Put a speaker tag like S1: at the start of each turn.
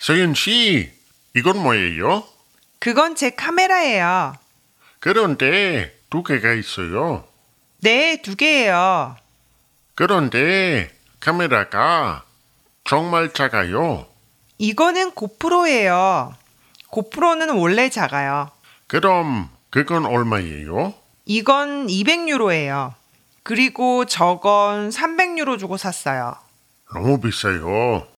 S1: 서윤 씨, 이건 뭐예요?
S2: 그건 제 카메라예요.
S1: 그런데 두 개가 있어요.
S2: 네, 두 개예요.
S1: 그런데 카메라가 정말 작아요.
S2: 이거는 고프로예요. 고프로는 원래 작아요.
S1: 그럼 그건 얼마예요?
S2: 이건 200유로예요. 그리고 저건 300유로 주고 샀어요.
S1: 너무 비싸요.